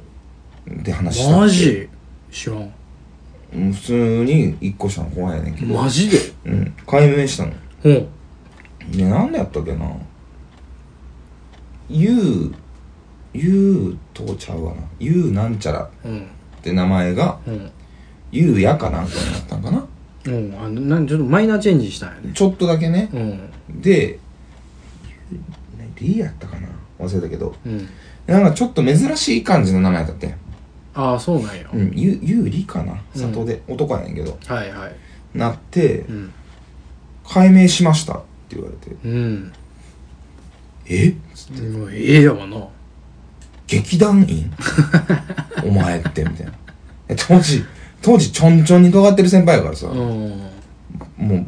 Speaker 1: で話し
Speaker 2: う
Speaker 1: た。
Speaker 2: マジ知らん
Speaker 1: うん普通に1個下の後輩やねんけど。
Speaker 2: マジで
Speaker 1: うん。解明したの。
Speaker 2: ほう
Speaker 1: で、なんでやったっけな。ゆう、ゆうとちゃうわな。ゆうなんちゃらっ
Speaker 2: うん
Speaker 1: て名前が、
Speaker 2: うん
Speaker 1: ゆうやかなんかになったんかな。
Speaker 2: うんあのなんちょっとマイナーチェンジしたんやね
Speaker 1: ちょっとだけね。
Speaker 2: うん
Speaker 1: で、D やったかな忘れたけど。
Speaker 2: うん
Speaker 1: なんかちょっと珍しい感じの名前だって。
Speaker 2: ああそうなんや、
Speaker 1: うん、ゆ、ゆうりかな
Speaker 2: うん
Speaker 1: 里で、男やねんけど。
Speaker 2: はいはい
Speaker 1: なって
Speaker 2: う、ん
Speaker 1: 解明しましたって言われて。
Speaker 2: うん
Speaker 1: え
Speaker 2: もうええやわな
Speaker 1: 劇団 員お前って、みたいな。え当時、当時ちょんちょんに尖ってる先輩やからさ、
Speaker 2: うん
Speaker 1: もう、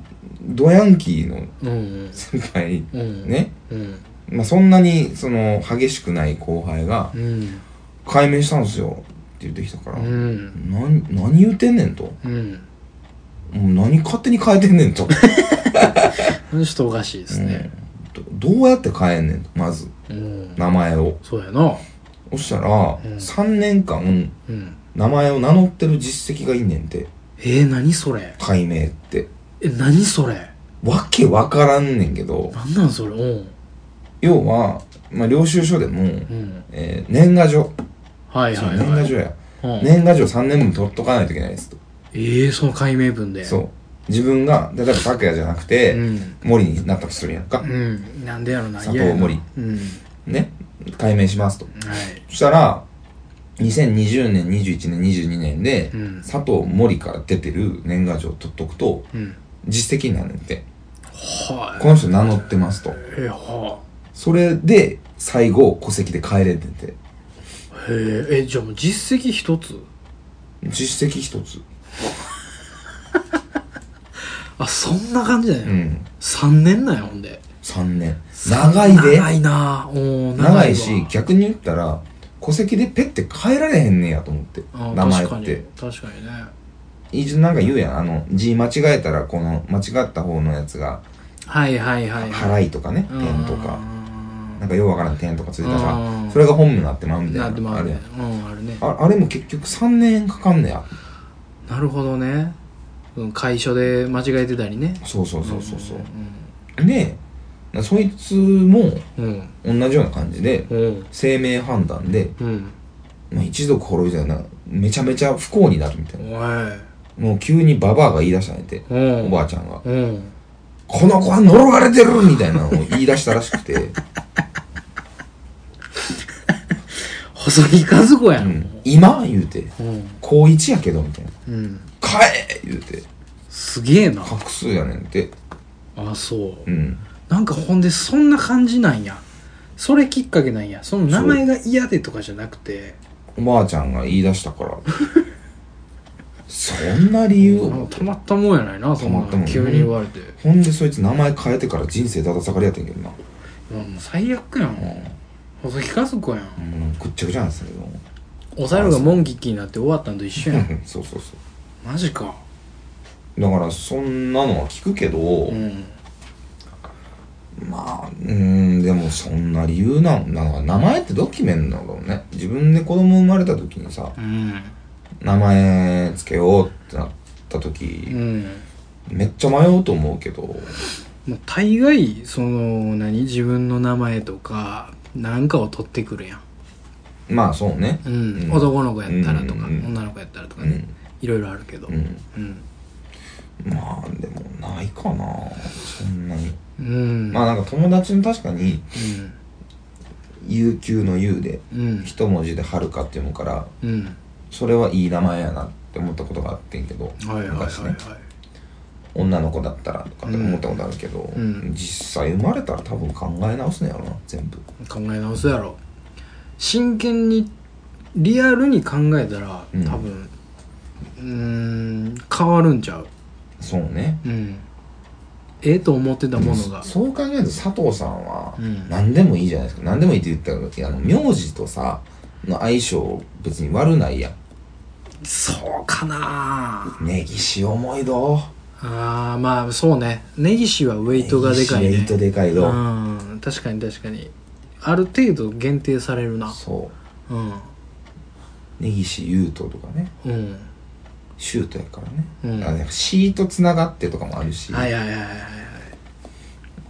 Speaker 1: ドヤンキーの
Speaker 2: うん
Speaker 1: 先輩、
Speaker 2: うん
Speaker 1: ね。
Speaker 2: うん
Speaker 1: まあそんなに、その、激しくない後輩が
Speaker 2: う、ん
Speaker 1: 解明したんですよって言ってきたから、
Speaker 2: うん
Speaker 1: 何何言うてんねんとも
Speaker 2: うん
Speaker 1: う何勝手に変えてんねんと、
Speaker 2: ちょっとおかしいですね、
Speaker 1: うんどどうやって変えんねんとまず
Speaker 2: うん、
Speaker 1: 名前を
Speaker 2: そうやな
Speaker 1: そしたら、
Speaker 2: ん
Speaker 1: 3年間
Speaker 2: うん
Speaker 1: 名前を名乗ってる実績がいいねんて
Speaker 2: えー、何それ
Speaker 1: 解明って
Speaker 2: え何それ
Speaker 1: わけわからんねんけど
Speaker 2: なんなんそれうん
Speaker 1: 要は、まあ、領収書でも、
Speaker 2: うん
Speaker 1: えー年賀状、
Speaker 2: はい
Speaker 1: そ
Speaker 2: は
Speaker 1: う
Speaker 2: い
Speaker 1: 年
Speaker 2: は
Speaker 1: 賀
Speaker 2: い、
Speaker 1: 状や
Speaker 2: うん、
Speaker 1: 年賀状3年分取っとかないといけないですと
Speaker 2: ええー、その解明文で
Speaker 1: そう自分が例えば拓也じゃなくて、
Speaker 2: うん
Speaker 1: 森になったとするやんか、
Speaker 2: うんなんでやろな
Speaker 1: 佐藤
Speaker 2: 嫌やな
Speaker 1: 森
Speaker 2: うん
Speaker 1: ね解明しますと
Speaker 2: はい
Speaker 1: そしたら、2020年、21年、22年で、
Speaker 2: うん
Speaker 1: 佐藤森から出てる年賀状を取っとくと、
Speaker 2: うん
Speaker 1: 実績になるんで、
Speaker 2: はい
Speaker 1: この人名乗ってますと。
Speaker 2: えー、は
Speaker 1: それで、最後、戸籍で帰れてて。
Speaker 2: あへーえじゃあもう実績一つ
Speaker 1: 実績一つ。
Speaker 2: あそんな感じだよ、
Speaker 1: う
Speaker 2: ね
Speaker 1: ん。
Speaker 2: 三3年なんやほんで
Speaker 1: 3年。長いで。
Speaker 2: 長いなおー
Speaker 1: 長い
Speaker 2: わ
Speaker 1: し、逆に言ったら、戸籍でペッて変えられへんねやと思って。
Speaker 2: あー
Speaker 1: 名前って。
Speaker 2: 確かに確かにね
Speaker 1: 一応なんか言うやん。あの、字間違えたら、この、間違った方のやつが、
Speaker 2: はいはいはいはい
Speaker 1: 払いとかね、
Speaker 2: うん
Speaker 1: 点とか。なんかようわからん点とかついたら
Speaker 2: うん
Speaker 1: それが本名になってまうみたいな
Speaker 2: なってもある
Speaker 1: れ
Speaker 2: ねうんあるね
Speaker 1: ああれも結局3年かかんねや
Speaker 2: なるほどねうん会所で間違えてたりね
Speaker 1: そうそうそうそうそう
Speaker 2: う
Speaker 1: でなそいつも
Speaker 2: ん
Speaker 1: 同じような感じで
Speaker 2: うん
Speaker 1: 生命判断で、
Speaker 2: うん
Speaker 1: まあ、一族滅びたよなめちゃめちゃ不幸になるみたいな
Speaker 2: おい
Speaker 1: もう急にババアが言い出したんやて
Speaker 2: うん
Speaker 1: おばあちゃんが
Speaker 2: うん
Speaker 1: 「この子は呪われてる!」みたいなのを言い出したらしくて、
Speaker 2: 細木和子や
Speaker 1: うんん、今言うて
Speaker 2: うん
Speaker 1: 高1やけどみたいな
Speaker 2: うん
Speaker 1: 「帰え!」言うて
Speaker 2: すげえな
Speaker 1: 画数やねんて
Speaker 2: あそ
Speaker 1: う
Speaker 2: う
Speaker 1: ん
Speaker 2: なんかほんでそんな感じなんやそれきっかけなんやその名前が嫌でとかじゃなくて
Speaker 1: おばあちゃんが言い出したから そんな理由
Speaker 2: なんかたまったもんやないなそん
Speaker 1: たまったも
Speaker 2: なん急に言われて、
Speaker 1: ほんでそいつ名前変えてから人生だだ下がりやってんけどな、
Speaker 2: いやもう最悪やん細木家族やん
Speaker 1: うん、もうぐっちゃぐちゃなんですけど
Speaker 2: おさるがモンキッキーになって終わったんと一緒やん
Speaker 1: そうそうそ
Speaker 2: マジか
Speaker 1: うだからそんなのは聞くけど、
Speaker 2: うん
Speaker 1: まあうーんでもそんな理由なんなんか名前ってどう決めんのだろうね自分で子供生まれた時にさ
Speaker 2: うん
Speaker 1: 名前つけようってなった
Speaker 2: う
Speaker 1: 時、
Speaker 2: ん
Speaker 1: めっちゃ迷うと思うけど
Speaker 2: まあ、大概その何自分の名前とかなんかを取ってくるやん、
Speaker 1: まあそうね
Speaker 2: うん
Speaker 1: うん
Speaker 2: 男の子やったらとか、
Speaker 1: うんうんうん
Speaker 2: 女の子やったらと
Speaker 1: う
Speaker 2: かね、
Speaker 1: ん、
Speaker 2: いろいろあるけど
Speaker 1: う
Speaker 2: うん
Speaker 1: ん、
Speaker 2: うん、
Speaker 1: まあでもないかなそんなに
Speaker 2: うん、
Speaker 1: まあなんか友達に確かに
Speaker 2: うん
Speaker 1: 悠久の U で
Speaker 2: うん
Speaker 1: 一文字で「はるか」って読むから
Speaker 2: うん
Speaker 1: それはいい名前やなって思ったことがあってんけど
Speaker 2: はいはいはい
Speaker 1: 昔ね
Speaker 2: は
Speaker 1: 女の子だったらとかって思ったことあるけど、
Speaker 2: ん
Speaker 1: 実際生まれたら多分考え直すねやろな全部
Speaker 2: い考え直すやろ真剣にリアルに考えたら
Speaker 1: うん
Speaker 2: 多分うーん変わるんちゃう
Speaker 1: そうね
Speaker 2: うんええと思ってたものが
Speaker 1: そう考えると佐藤さんは
Speaker 2: うん
Speaker 1: 何でもいいじゃないですか、何でもいいって言ったらあの名字とさの相性別に悪ないやん
Speaker 2: そうかな
Speaker 1: 根岸重いど
Speaker 2: あーまあそうね根岸はウェイトがでかい
Speaker 1: 根
Speaker 2: ね
Speaker 1: 岸ウェイトでかいど、
Speaker 2: うん確かに確かにある程度限定されるな
Speaker 1: そ
Speaker 2: うん
Speaker 1: う根岸優斗とかね
Speaker 2: うん
Speaker 1: シュートやからね、
Speaker 2: うん
Speaker 1: あでもシーとつながってとかもあるし、
Speaker 2: はいはいはいはいはい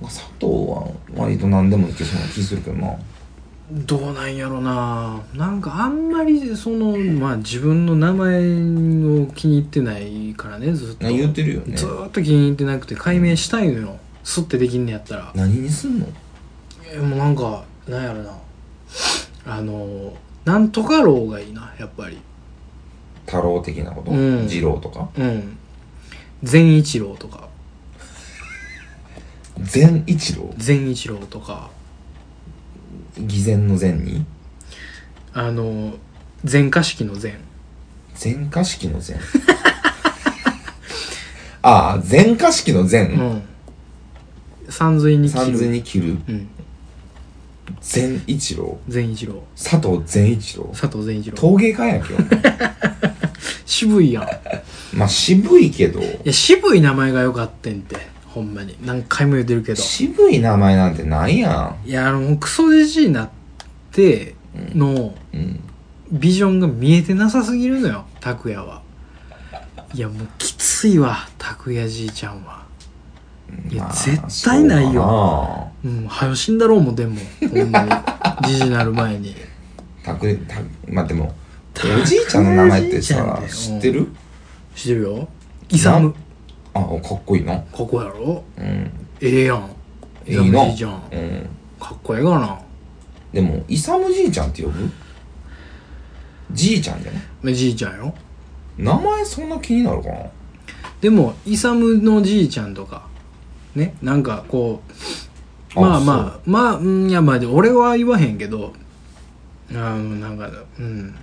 Speaker 1: 佐藤は割と何でもいけそうな気するけどな
Speaker 2: どうなんやろななんかあんまりそのまあ自分の名前を気に入ってないからねずっと
Speaker 1: な言ってるよね
Speaker 2: ずーっと気に入ってなくて解明したいのよスッてできんねやったら
Speaker 1: 何にすんの
Speaker 2: えもうなんかなんやろなあのなんとかろうがいいなやっぱり
Speaker 1: 太郎的なこと、
Speaker 2: うん
Speaker 1: 二郎とか
Speaker 2: うん善一郎とか
Speaker 1: 善一郎
Speaker 2: 善一郎とか
Speaker 1: 偽善の善に
Speaker 2: あの前科式の前
Speaker 1: 前科式の 前ああ前科式の前、
Speaker 2: うん三髄に切
Speaker 1: 三千
Speaker 2: る
Speaker 1: に切る
Speaker 2: うん
Speaker 1: 善一郎
Speaker 2: 善一郎
Speaker 1: 佐藤善一郎
Speaker 2: 佐藤善一郎
Speaker 1: 陶芸家や けど
Speaker 2: 渋いやんい
Speaker 1: まあ渋いけど
Speaker 2: や渋い名前が良かってんてほんまに何回も言ってるけど
Speaker 1: 渋い名前なんてないや
Speaker 2: いやあのもうクソじじいになっての
Speaker 1: んうん
Speaker 2: ビジョンが見えてなさすぎるのよ拓也はいやもうきついわ拓也じいちゃんはや絶対ないよ
Speaker 1: よ
Speaker 2: うんはよ死んだろうもでもほんまにじじいなる前に
Speaker 1: たくたまあでもおじいちゃんの名前ってさ
Speaker 2: おじいちゃ
Speaker 1: 知
Speaker 2: んだよ
Speaker 1: ってる
Speaker 2: してるよ勇
Speaker 1: あかっこいいな
Speaker 2: ここやろ
Speaker 1: うん
Speaker 2: ええやん
Speaker 1: いいな
Speaker 2: じいちゃん
Speaker 1: うん
Speaker 2: かっこええがな
Speaker 1: でもイサムじいちゃんって呼ぶじいちゃんじゃない
Speaker 2: まあじいちゃんよ
Speaker 1: 名前そんな気になるかな
Speaker 2: でもイサムのじいちゃんとかねなんかこうまあ
Speaker 1: あ
Speaker 2: まあまあうんいやまあで俺は言わへんけどあのなんかうん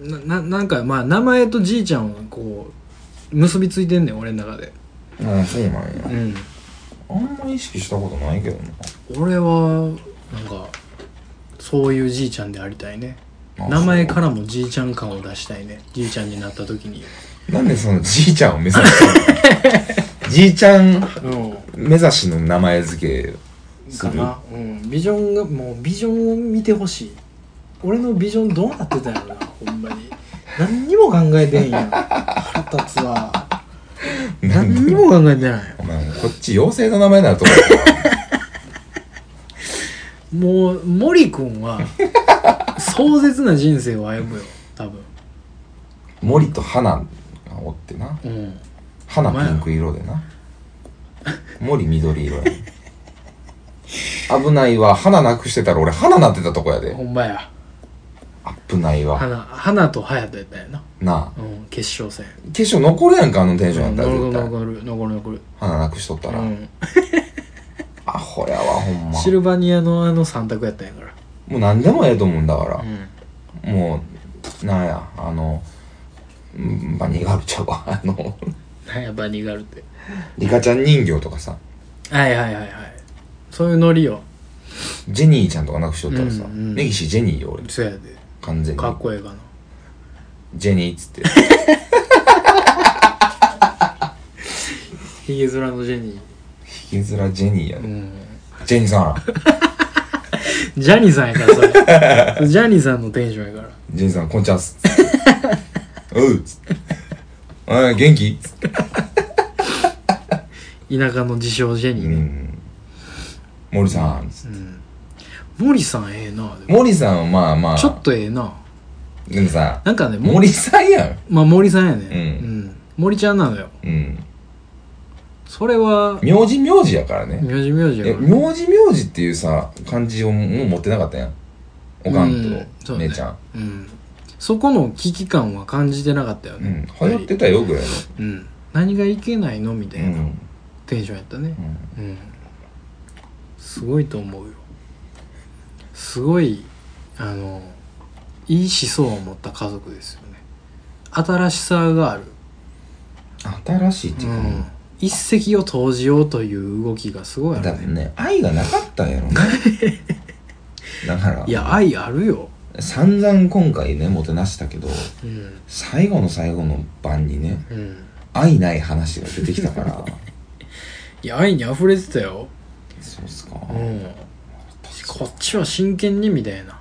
Speaker 2: なななんかまあ名前とじいちゃんはこう結びついてんねん俺の中で
Speaker 1: うんそうなんや
Speaker 2: うん
Speaker 1: あんま意識したことないけどな
Speaker 2: 俺はなんかそういうじいちゃんでありたいね
Speaker 1: あ
Speaker 2: 名前
Speaker 1: そう
Speaker 2: からもじいちゃん感を出したいねじいちゃんになった時に
Speaker 1: なんでそのじいちゃんを目指すのじいちゃん
Speaker 2: うん
Speaker 1: 目指しの名前付けす
Speaker 2: か
Speaker 1: る
Speaker 2: な、うん、ビジョンがもうビジョンを見てほしい俺のビジョンどうなってたんやろなほんまに何にも考えてんやん腹立つわ
Speaker 1: なんで
Speaker 2: 何にも考えてない
Speaker 1: お前もうこっち妖精の名前だと思ったわ
Speaker 2: もう森君は壮絶な人生を歩むよ多分
Speaker 1: 森と花がおってな
Speaker 2: うん
Speaker 1: 花ピンク色でな森緑色やね危ないわ花なくしてたら俺花なってたとこやで
Speaker 2: ほんまや
Speaker 1: 危ないわ
Speaker 2: 花花と隼人やったんやな、
Speaker 1: なあ
Speaker 2: うん、決勝戦
Speaker 1: 化粧残るやんかあのテンションやったら
Speaker 2: 残
Speaker 1: 絶
Speaker 2: る
Speaker 1: 対
Speaker 2: 残る残る残る
Speaker 1: 花なくしとったら、
Speaker 2: うん
Speaker 1: アこれはほんま
Speaker 2: シルバニアのあの3択やったんやから
Speaker 1: もう何でもええと思うんだから
Speaker 2: う、ん
Speaker 1: もうなんやあのうんまあ苦手ちゃうわ あの
Speaker 2: 何やバニーガールって
Speaker 1: リカちゃん人形とかさ
Speaker 2: はいはいはいはいそういうノリよ
Speaker 1: ジェニーちゃんとかなくしとったらさ、
Speaker 2: うんうん
Speaker 1: 根岸ジェニーよ俺
Speaker 2: そやで
Speaker 1: 完全に
Speaker 2: かっこええかな
Speaker 1: ジェニーっつって
Speaker 2: ヒゲ面のジェニ
Speaker 1: 引きずらジェニーや
Speaker 2: ーう
Speaker 1: ね、
Speaker 2: ん
Speaker 1: ジェニーさん
Speaker 2: ジャニーさんやからそれそ れジャニーさんのテンションやから
Speaker 1: ジェニーさんこんちゃっ すうっつってうん元気っつって
Speaker 2: 田舎の自称ジェニー
Speaker 1: う
Speaker 2: ね、
Speaker 1: ん森さんっつって
Speaker 2: 森さんええなでも
Speaker 1: 森さんはまあまあ
Speaker 2: ちょっとええな
Speaker 1: でもさ
Speaker 2: なんかねも
Speaker 1: 森さんや
Speaker 2: まあ森さんやね
Speaker 1: うん
Speaker 2: 森ちゃんなのよ
Speaker 1: んうん
Speaker 2: それは
Speaker 1: 名字名字やからね
Speaker 2: 名字名字
Speaker 1: え
Speaker 2: やから
Speaker 1: 名字名字っていうさ漢字をもう持ってなかったやんおかん
Speaker 2: うんそ
Speaker 1: と
Speaker 2: うね
Speaker 1: 姉ちゃん
Speaker 2: うんそこの危機感は感じてなかったよ
Speaker 1: う
Speaker 2: ね
Speaker 1: ん、流行ってたよぐらい
Speaker 2: うん何がいけないのみたい
Speaker 1: の、
Speaker 2: なテンションやったね
Speaker 1: うんうん
Speaker 2: うんすごいと思うよすごいあのいい思想を持った家族ですよね新しさがある、
Speaker 1: 新しいって
Speaker 2: う、
Speaker 1: いうん
Speaker 2: 一石を投じようという動きがすごい
Speaker 1: か、
Speaker 2: あ
Speaker 1: だ
Speaker 2: る
Speaker 1: って
Speaker 2: ね
Speaker 1: ね愛がなかったんやろね だから
Speaker 2: いや愛あるよ、
Speaker 1: 散々今回ねもてなしたけど
Speaker 2: うん
Speaker 1: 最後の最後の晩にね
Speaker 2: うん、
Speaker 1: 愛ない話が出てきたから
Speaker 2: いや愛に溢れてたよ、
Speaker 1: そうっすか、
Speaker 2: うん、こっちは真剣にみたいな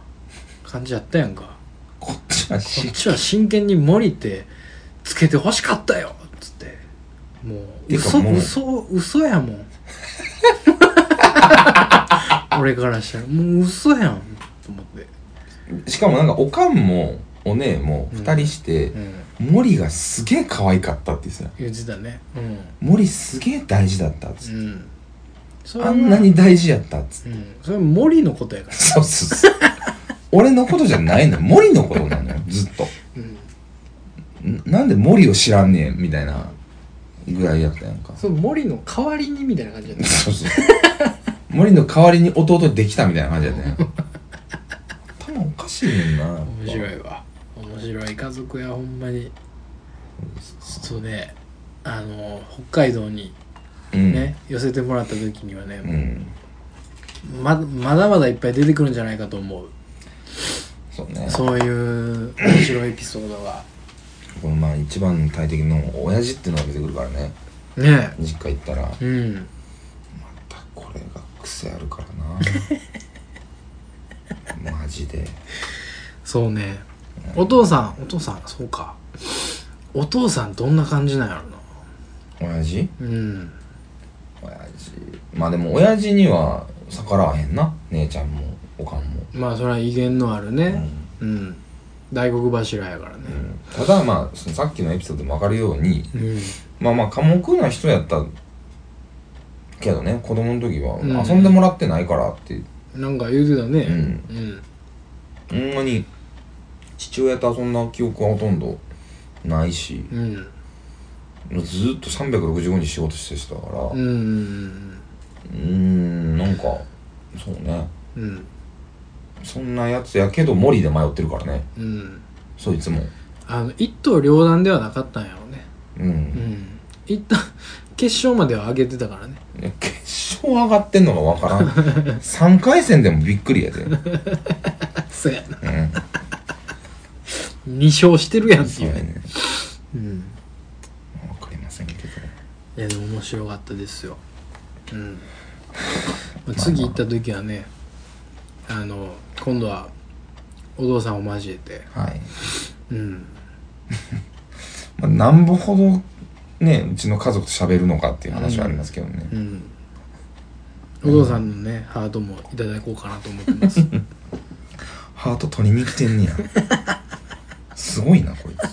Speaker 2: 感じやったやんか
Speaker 1: こっちは
Speaker 2: こっ
Speaker 1: し
Speaker 2: ちは真剣に森ってつけてほしかったよっつってもう
Speaker 1: てか
Speaker 2: 嘘
Speaker 1: もう
Speaker 2: 嘘嘘やもん 俺からしたらもう嘘やんと思って、
Speaker 1: しかもなんかおかんもお姉も二人して、
Speaker 2: うん、
Speaker 1: 森がすげえ可愛かったって言ってたよ
Speaker 2: 言ってたねう
Speaker 1: 森すげえ大事だったっつっ
Speaker 2: ん、うん、そ
Speaker 1: て
Speaker 2: れは
Speaker 1: あんなに大事やったっつって
Speaker 2: うんそれは森のことやから、
Speaker 1: そうそうそう俺のことじゃないのよ森のことなのよずっと
Speaker 2: うん、
Speaker 1: んなんで森を知らんねえみたいなぐらいやったやんか
Speaker 2: その森の代わりにみたいな感じやった
Speaker 1: そうそう森の代わりに弟できたみたいな感じやったやんか頭おかしいねんなやっぱ
Speaker 2: 面白いわ面白い家族やほんまにちょっとねあの北海道に
Speaker 1: うん
Speaker 2: ね、寄せてもらった時にはね、
Speaker 1: うん
Speaker 2: ままだまだいっぱい出てくるんじゃないかと思う
Speaker 1: そうね
Speaker 2: そういう面白いエピソードが
Speaker 1: このまあ一番の大敵の親父っていうのが出てくるからね
Speaker 2: ね
Speaker 1: 実家行ったら
Speaker 2: えうん
Speaker 1: これが癖あるから なマジで
Speaker 2: そうねお父さんお父さんそうかお父さんどんな感じなんやろな
Speaker 1: 親父
Speaker 2: うん
Speaker 1: 親父まあでも親父には逆らわへんな姉ちゃんもおかんも、
Speaker 2: まあそれは威厳のある
Speaker 1: う
Speaker 2: ね
Speaker 1: ん
Speaker 2: うん、大黒柱やからね
Speaker 1: うんただまあそのさっきのエピソードでも分かるように
Speaker 2: うん
Speaker 1: まあまあ寡黙な人やったけどね子供の時は、
Speaker 2: うん
Speaker 1: 遊んでもらってないからって
Speaker 2: なんか言うてた
Speaker 1: う
Speaker 2: ね
Speaker 1: ん
Speaker 2: うん
Speaker 1: ほんまに父親と遊んだ記憶はほとんどないし
Speaker 2: うん
Speaker 1: ずーっと365日仕事してしたから、
Speaker 2: うんうん
Speaker 1: うーんなんかそうね
Speaker 2: うん
Speaker 1: そんなやつやけど森で迷ってるからね
Speaker 2: うん
Speaker 1: そいつも
Speaker 2: あの一刀両断ではなかったんやろうね
Speaker 1: うん、
Speaker 2: うん一旦決勝までは上げてたからね
Speaker 1: ね決勝上がってんのがわからん 3回戦でもびっくりやで、うん、
Speaker 2: そうやな2勝してるやんって
Speaker 1: そう
Speaker 2: い
Speaker 1: や
Speaker 2: うね
Speaker 1: ね
Speaker 2: うん
Speaker 1: わかりませんけど
Speaker 2: いやでも面白かったですようん、まあ次行った時はねあの今度はお父さんを交えて
Speaker 1: はい、
Speaker 2: うん
Speaker 1: まあ、なんぼほどねうちの家族と喋るのかっていう話はありますけどね、
Speaker 2: うんお父さんのね、ハートもいただこうかなと思ってます
Speaker 1: ハート取りに来てんねやすごいなこいつ